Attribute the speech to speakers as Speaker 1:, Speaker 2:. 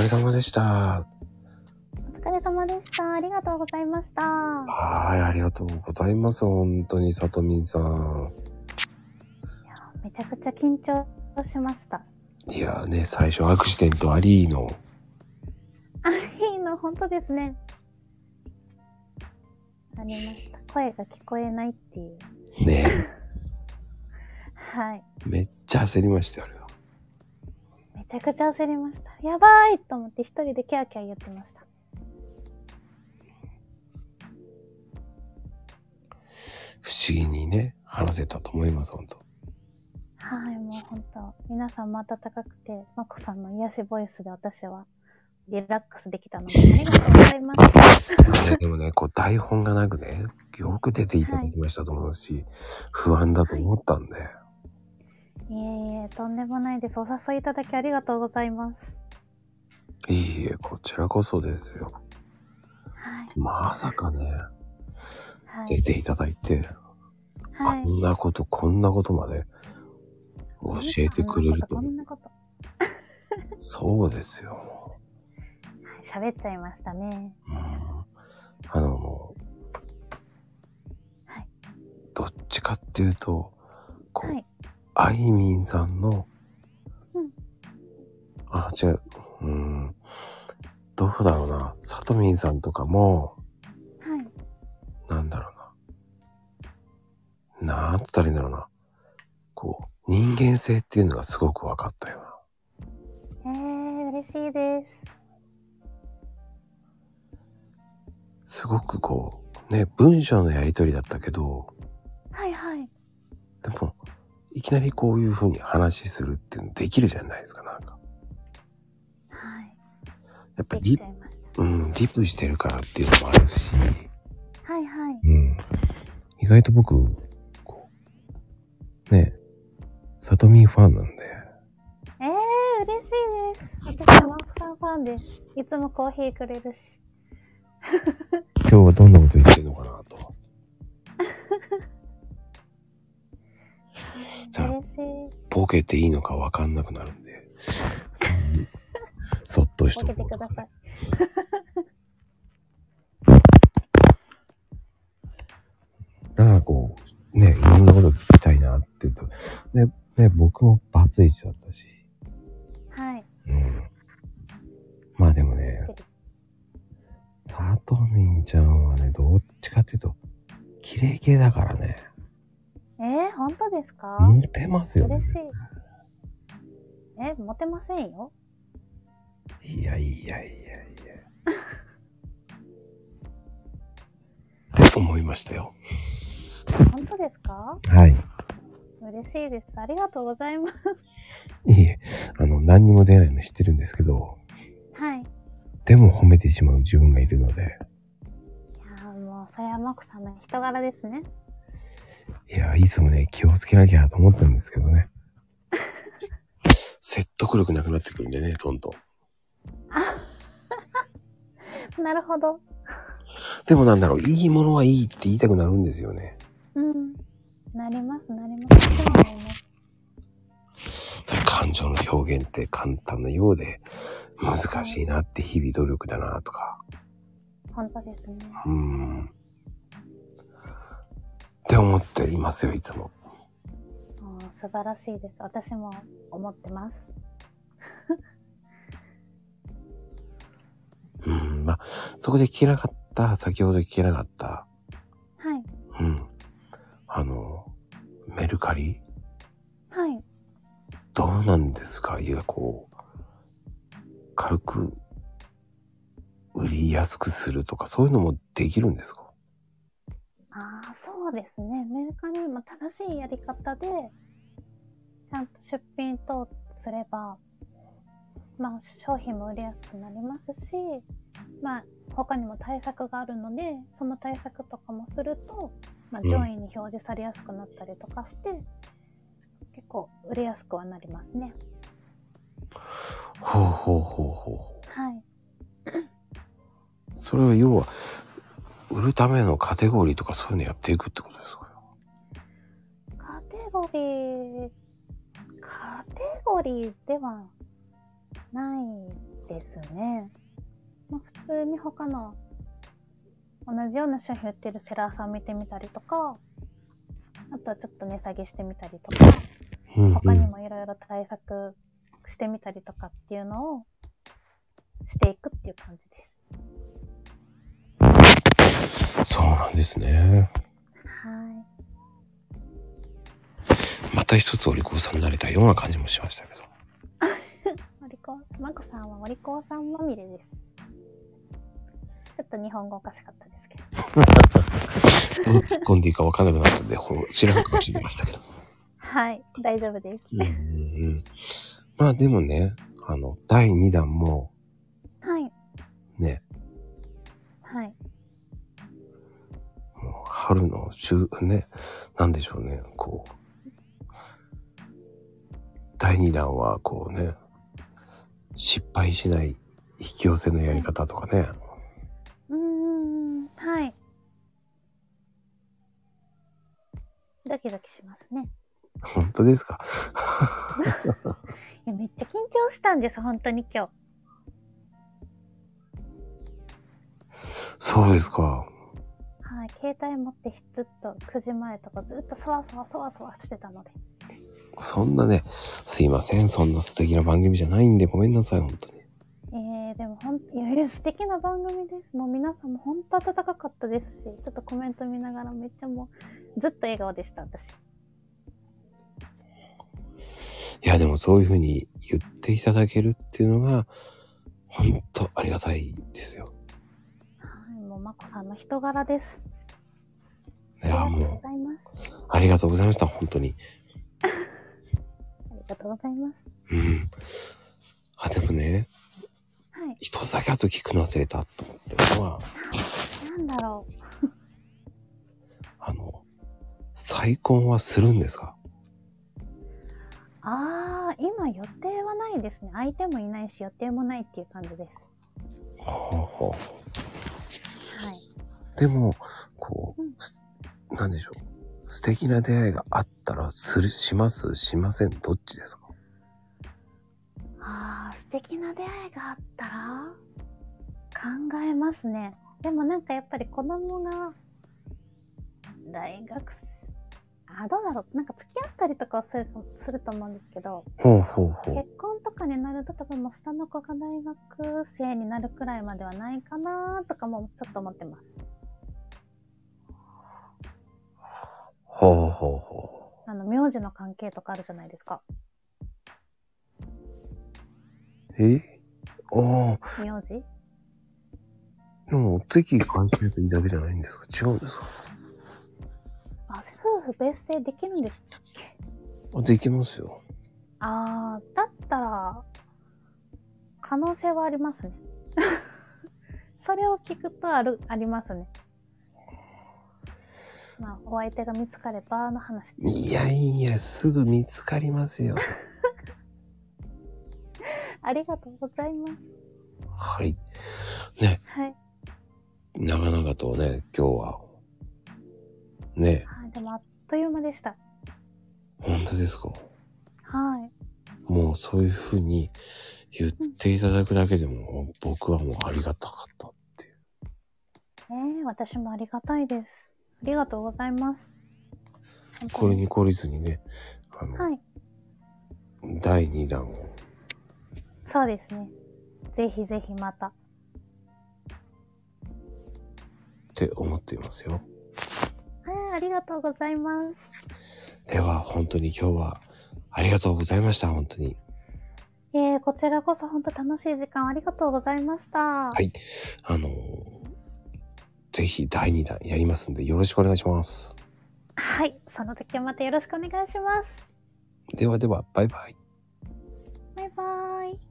Speaker 1: れ様でした。
Speaker 2: お疲れ様でした。ありがとうございました。い
Speaker 1: はい、ありがとうございます。本当に、さとみんさん。
Speaker 2: やめちゃくちゃ緊張しました。
Speaker 1: いやーね、最初アクシデントありーの。
Speaker 2: あ、いいの、本当ですね。ありました。声が聞こえないっていう。
Speaker 1: ね、
Speaker 2: はい。
Speaker 1: めっちゃ焦りましたよ、あれは。
Speaker 2: めちゃくちゃ焦りました。やばいと思って一人でキャーキャー言ってました。
Speaker 1: 不思議にね、話せたと思います、本当。
Speaker 2: はい、もう本当皆さんも温かくて、マコさんの癒しボイスで私はリラックスできたので、ありがとうございます。
Speaker 1: いやでもね、こう台本がなくね、よく出ていただきましたと思うし、不安だと思ったんで、
Speaker 2: いえいえ、とんでもないです。お誘いいただきありがとうございます。
Speaker 1: いいえ、こちらこそですよ。
Speaker 2: はい。
Speaker 1: まさかね、
Speaker 2: は
Speaker 1: 出
Speaker 2: い。
Speaker 1: ていただいて、
Speaker 2: は
Speaker 1: こんなこと、こんなことまで教えてくれると
Speaker 2: こ。んなこと、こ
Speaker 1: そうですよ。
Speaker 2: んなことはい喋っちゃいましたね。
Speaker 1: うんあの、もう、
Speaker 2: はい
Speaker 1: どっちかっていうと、こう、
Speaker 2: はい
Speaker 1: あいみんさんの、
Speaker 2: うん
Speaker 1: あ、違う、うん、どうだろうな、さとみんさんとかも、
Speaker 2: はい。
Speaker 1: なんだろうな、なんつったらいいんだろうな、こう、人間性っていうのがすごく分かったよな。
Speaker 2: えー、嬉しいです。
Speaker 1: すごくこう、ね、文章のやりとりだったけど、
Speaker 2: はいはい。
Speaker 1: でも、いきなりこういうふうに話するっていうのできるじゃないですか、なんか。
Speaker 2: はい。
Speaker 1: やっぱ
Speaker 2: で
Speaker 1: りリ
Speaker 2: きちゃ、いまし
Speaker 1: うん、リプしてるからっていうのもあるし。
Speaker 2: た。はいはい。
Speaker 1: うん。意外と僕、こう、ね、さとみんファンなんで。
Speaker 2: えー、嬉しいです。私、マークさんファンです。いつもコーヒーくれるし。
Speaker 1: 今日はどんなこと言ってるのかなと。じゃあ
Speaker 2: 嬉し
Speaker 1: ボケていいのかわかんなくなるんで。うんそっとし
Speaker 2: い。ボ
Speaker 1: と
Speaker 2: ケ
Speaker 1: こ
Speaker 2: て
Speaker 1: う
Speaker 2: く
Speaker 1: と
Speaker 2: ださい。
Speaker 1: だからこう、ね、いろんなこと聞きたいなっていうと、ね、ね、僕もバツイチだったし。
Speaker 2: はい。
Speaker 1: うん。まあでもね、さとみんちゃんはね、どっちかっていうと、綺麗系だからね、
Speaker 2: えー、本当ですか
Speaker 1: モテますよ
Speaker 2: 嬉
Speaker 1: ね
Speaker 2: し。い。え、モテませんよ。
Speaker 1: いやいやいやいや。って思いましたよ。
Speaker 2: 本当ですか
Speaker 1: はい。
Speaker 2: 嬉しいです。ありがとうございます。
Speaker 1: いいえ、あの、何にも出ないの知ってるんですけど、
Speaker 2: はい。い
Speaker 1: でも褒めてしまう自分がいるので、
Speaker 2: やーもう、それはマコさんの人柄ですね。
Speaker 1: いや、いつもね、気をつけなきゃと思ったんですけどね。説得力なくなってくるんでね、どんどん。
Speaker 2: なるほど。
Speaker 1: でもなんだろう、いいものはいいって言いたくなるんですよね。
Speaker 2: うん。なります、なります。そうなります
Speaker 1: 感情の表現って簡単なようで、難しいなって日々努力だなとか。
Speaker 2: 本当ですね。
Speaker 1: うーん。って思っていますよ、いつも。
Speaker 2: もう素晴らしいです。私も思ってます。
Speaker 1: うん。まあ、そこで聞けなかった、先ほど聞けなかった、
Speaker 2: はい。
Speaker 1: うん。あの、メルカリ
Speaker 2: はい。
Speaker 1: どうなんですかいや、こう、軽く、売りやすくするとか、そういうのもできるんですか
Speaker 2: ああ、そうですね。メルカリも正しいやり方で、ちゃんと出品等すれば、まあ、商品も売れやすくなりますし、まあ、他にも対策があるので、その対策とかもすると、まあ、
Speaker 1: うん
Speaker 2: 上位に表示されやすくなったりとかして、結構売れやすくはなりますね。
Speaker 1: ほうほうほうほうほう。
Speaker 2: はい。
Speaker 1: それは要は、売るためのカテゴリーとかそういうのやっていくってことですか
Speaker 2: カテゴリー、カテゴリーではないですね。まあ、普通に他の同じような商品売ってるセラーさん見てみたりとか、あとはちょっと値下げしてみたりとか、
Speaker 1: うんう
Speaker 2: 他に
Speaker 1: ん。
Speaker 2: もいろいろ対策してみたりとかっていうのをしていくっていう感じです。
Speaker 1: そうなんですね。
Speaker 2: はい。
Speaker 1: また一つお利口さんになれたような感じもしました けど。
Speaker 2: お利口、まこさんはお利口さんまみれです。ちょっと日本語おかしかったですけど。
Speaker 1: どう突っ込んでいいか分かんなくなったんで、ほん知らん顔してましたけど。
Speaker 2: はい、大丈夫です。
Speaker 1: うんうんうん。まあでもね、あの、第2弾も
Speaker 2: はい、
Speaker 1: ね、
Speaker 2: はい。
Speaker 1: もう春の週、ね、なんでしょうね、こう。第2弾はこうね、失敗しない引き寄せのやり方とかね。
Speaker 2: うーん、はい。ドキドキしますね。
Speaker 1: 本当ですか
Speaker 2: いや、めっちゃ緊張したんです、本当に今日。
Speaker 1: そうですか。
Speaker 2: はい、携帯持ってずっと9時前とかずっとそわそわそわそわしてたので。
Speaker 1: そんなね、すいません。そんな素敵な番組じゃないんで、ごめんなさい、本当に。
Speaker 2: えー、でもほん、いやいや、素敵な番組です。もう皆さんも本当温かかったですし、ちょっとコメント見ながらめっちゃもう、ずっと笑顔でした、私。
Speaker 1: いや、でもそういうふうに言っていただけるっていうのが、本当ありがたいですよ。
Speaker 2: はい、もうまこさんの人柄です。
Speaker 1: い
Speaker 2: あ
Speaker 1: や、
Speaker 2: りがとうご
Speaker 1: も
Speaker 2: ざいます。
Speaker 1: う、ありがとうございました、本当に。
Speaker 2: ありがとうございます。
Speaker 1: うん。あ、でもね、
Speaker 2: はい、
Speaker 1: 一つだけ後聞くの忘れたと思ってるのは、
Speaker 2: なんだろう。
Speaker 1: あの、再婚はするんですか
Speaker 2: あー、今予定はないですね。相手もいないし、予定もないっていう感じで
Speaker 1: ほうほ
Speaker 2: す。はい。
Speaker 1: うでも、こ
Speaker 2: うん
Speaker 1: う、すなんでしょう。素敵な出会いがあったら、する、します、しません、どっちですか
Speaker 2: ああ、素敵な出会いがあったら考えますね。でもなんかやっぱり子供が大学生あ、どうだろう。なんか付き合ったりとかをするとすると思うんですけど、
Speaker 1: ほうほうほ
Speaker 2: 結婚とかになると多分もう下の子が大学生になるくらいまではないかなとかもちょっと思ってます。
Speaker 1: ほうほうほ
Speaker 2: あの、名字の関係とかあるじゃないですか。
Speaker 1: う。えああ、
Speaker 2: 名字
Speaker 1: でも、席関係といいだけじゃないんですか違うんですか
Speaker 2: あ、夫婦別姓できるんです
Speaker 1: あできますよ。
Speaker 2: あー、だったら、可能性はありますね。 それを聞くとある、ありますね。まあ、お相手が見つかればの話。
Speaker 1: いやいや、すぐ見つかりますよ。
Speaker 2: ありがとうございます。
Speaker 1: はい。
Speaker 2: はい。
Speaker 1: 長々とね、今日は。ね、
Speaker 2: はい、でも、あっという間でした。
Speaker 1: 本当ですか
Speaker 2: はい。
Speaker 1: もうそういうふうに言っていただくだけでも、僕はもうありがたかったっていう。
Speaker 2: えー、私もありがたいです。ありがとうございます。
Speaker 1: これに懲りずにね、あの、
Speaker 2: はい。
Speaker 1: 第2弾を。
Speaker 2: そうですね。ぜひぜひまた。
Speaker 1: って思っていますよ。
Speaker 2: はい、ありがとうございます。
Speaker 1: では、本当に今日はありがとうございました。本当に。
Speaker 2: えー、こちらこそ本当楽しい時間ありがとうございました。はい
Speaker 1: あのーぜひ第2弾やりますんで、よろしくお願いします。
Speaker 2: はい、その時はまたよろしくお願いします。
Speaker 1: ではでは、バイバイ。
Speaker 2: バイバーイ。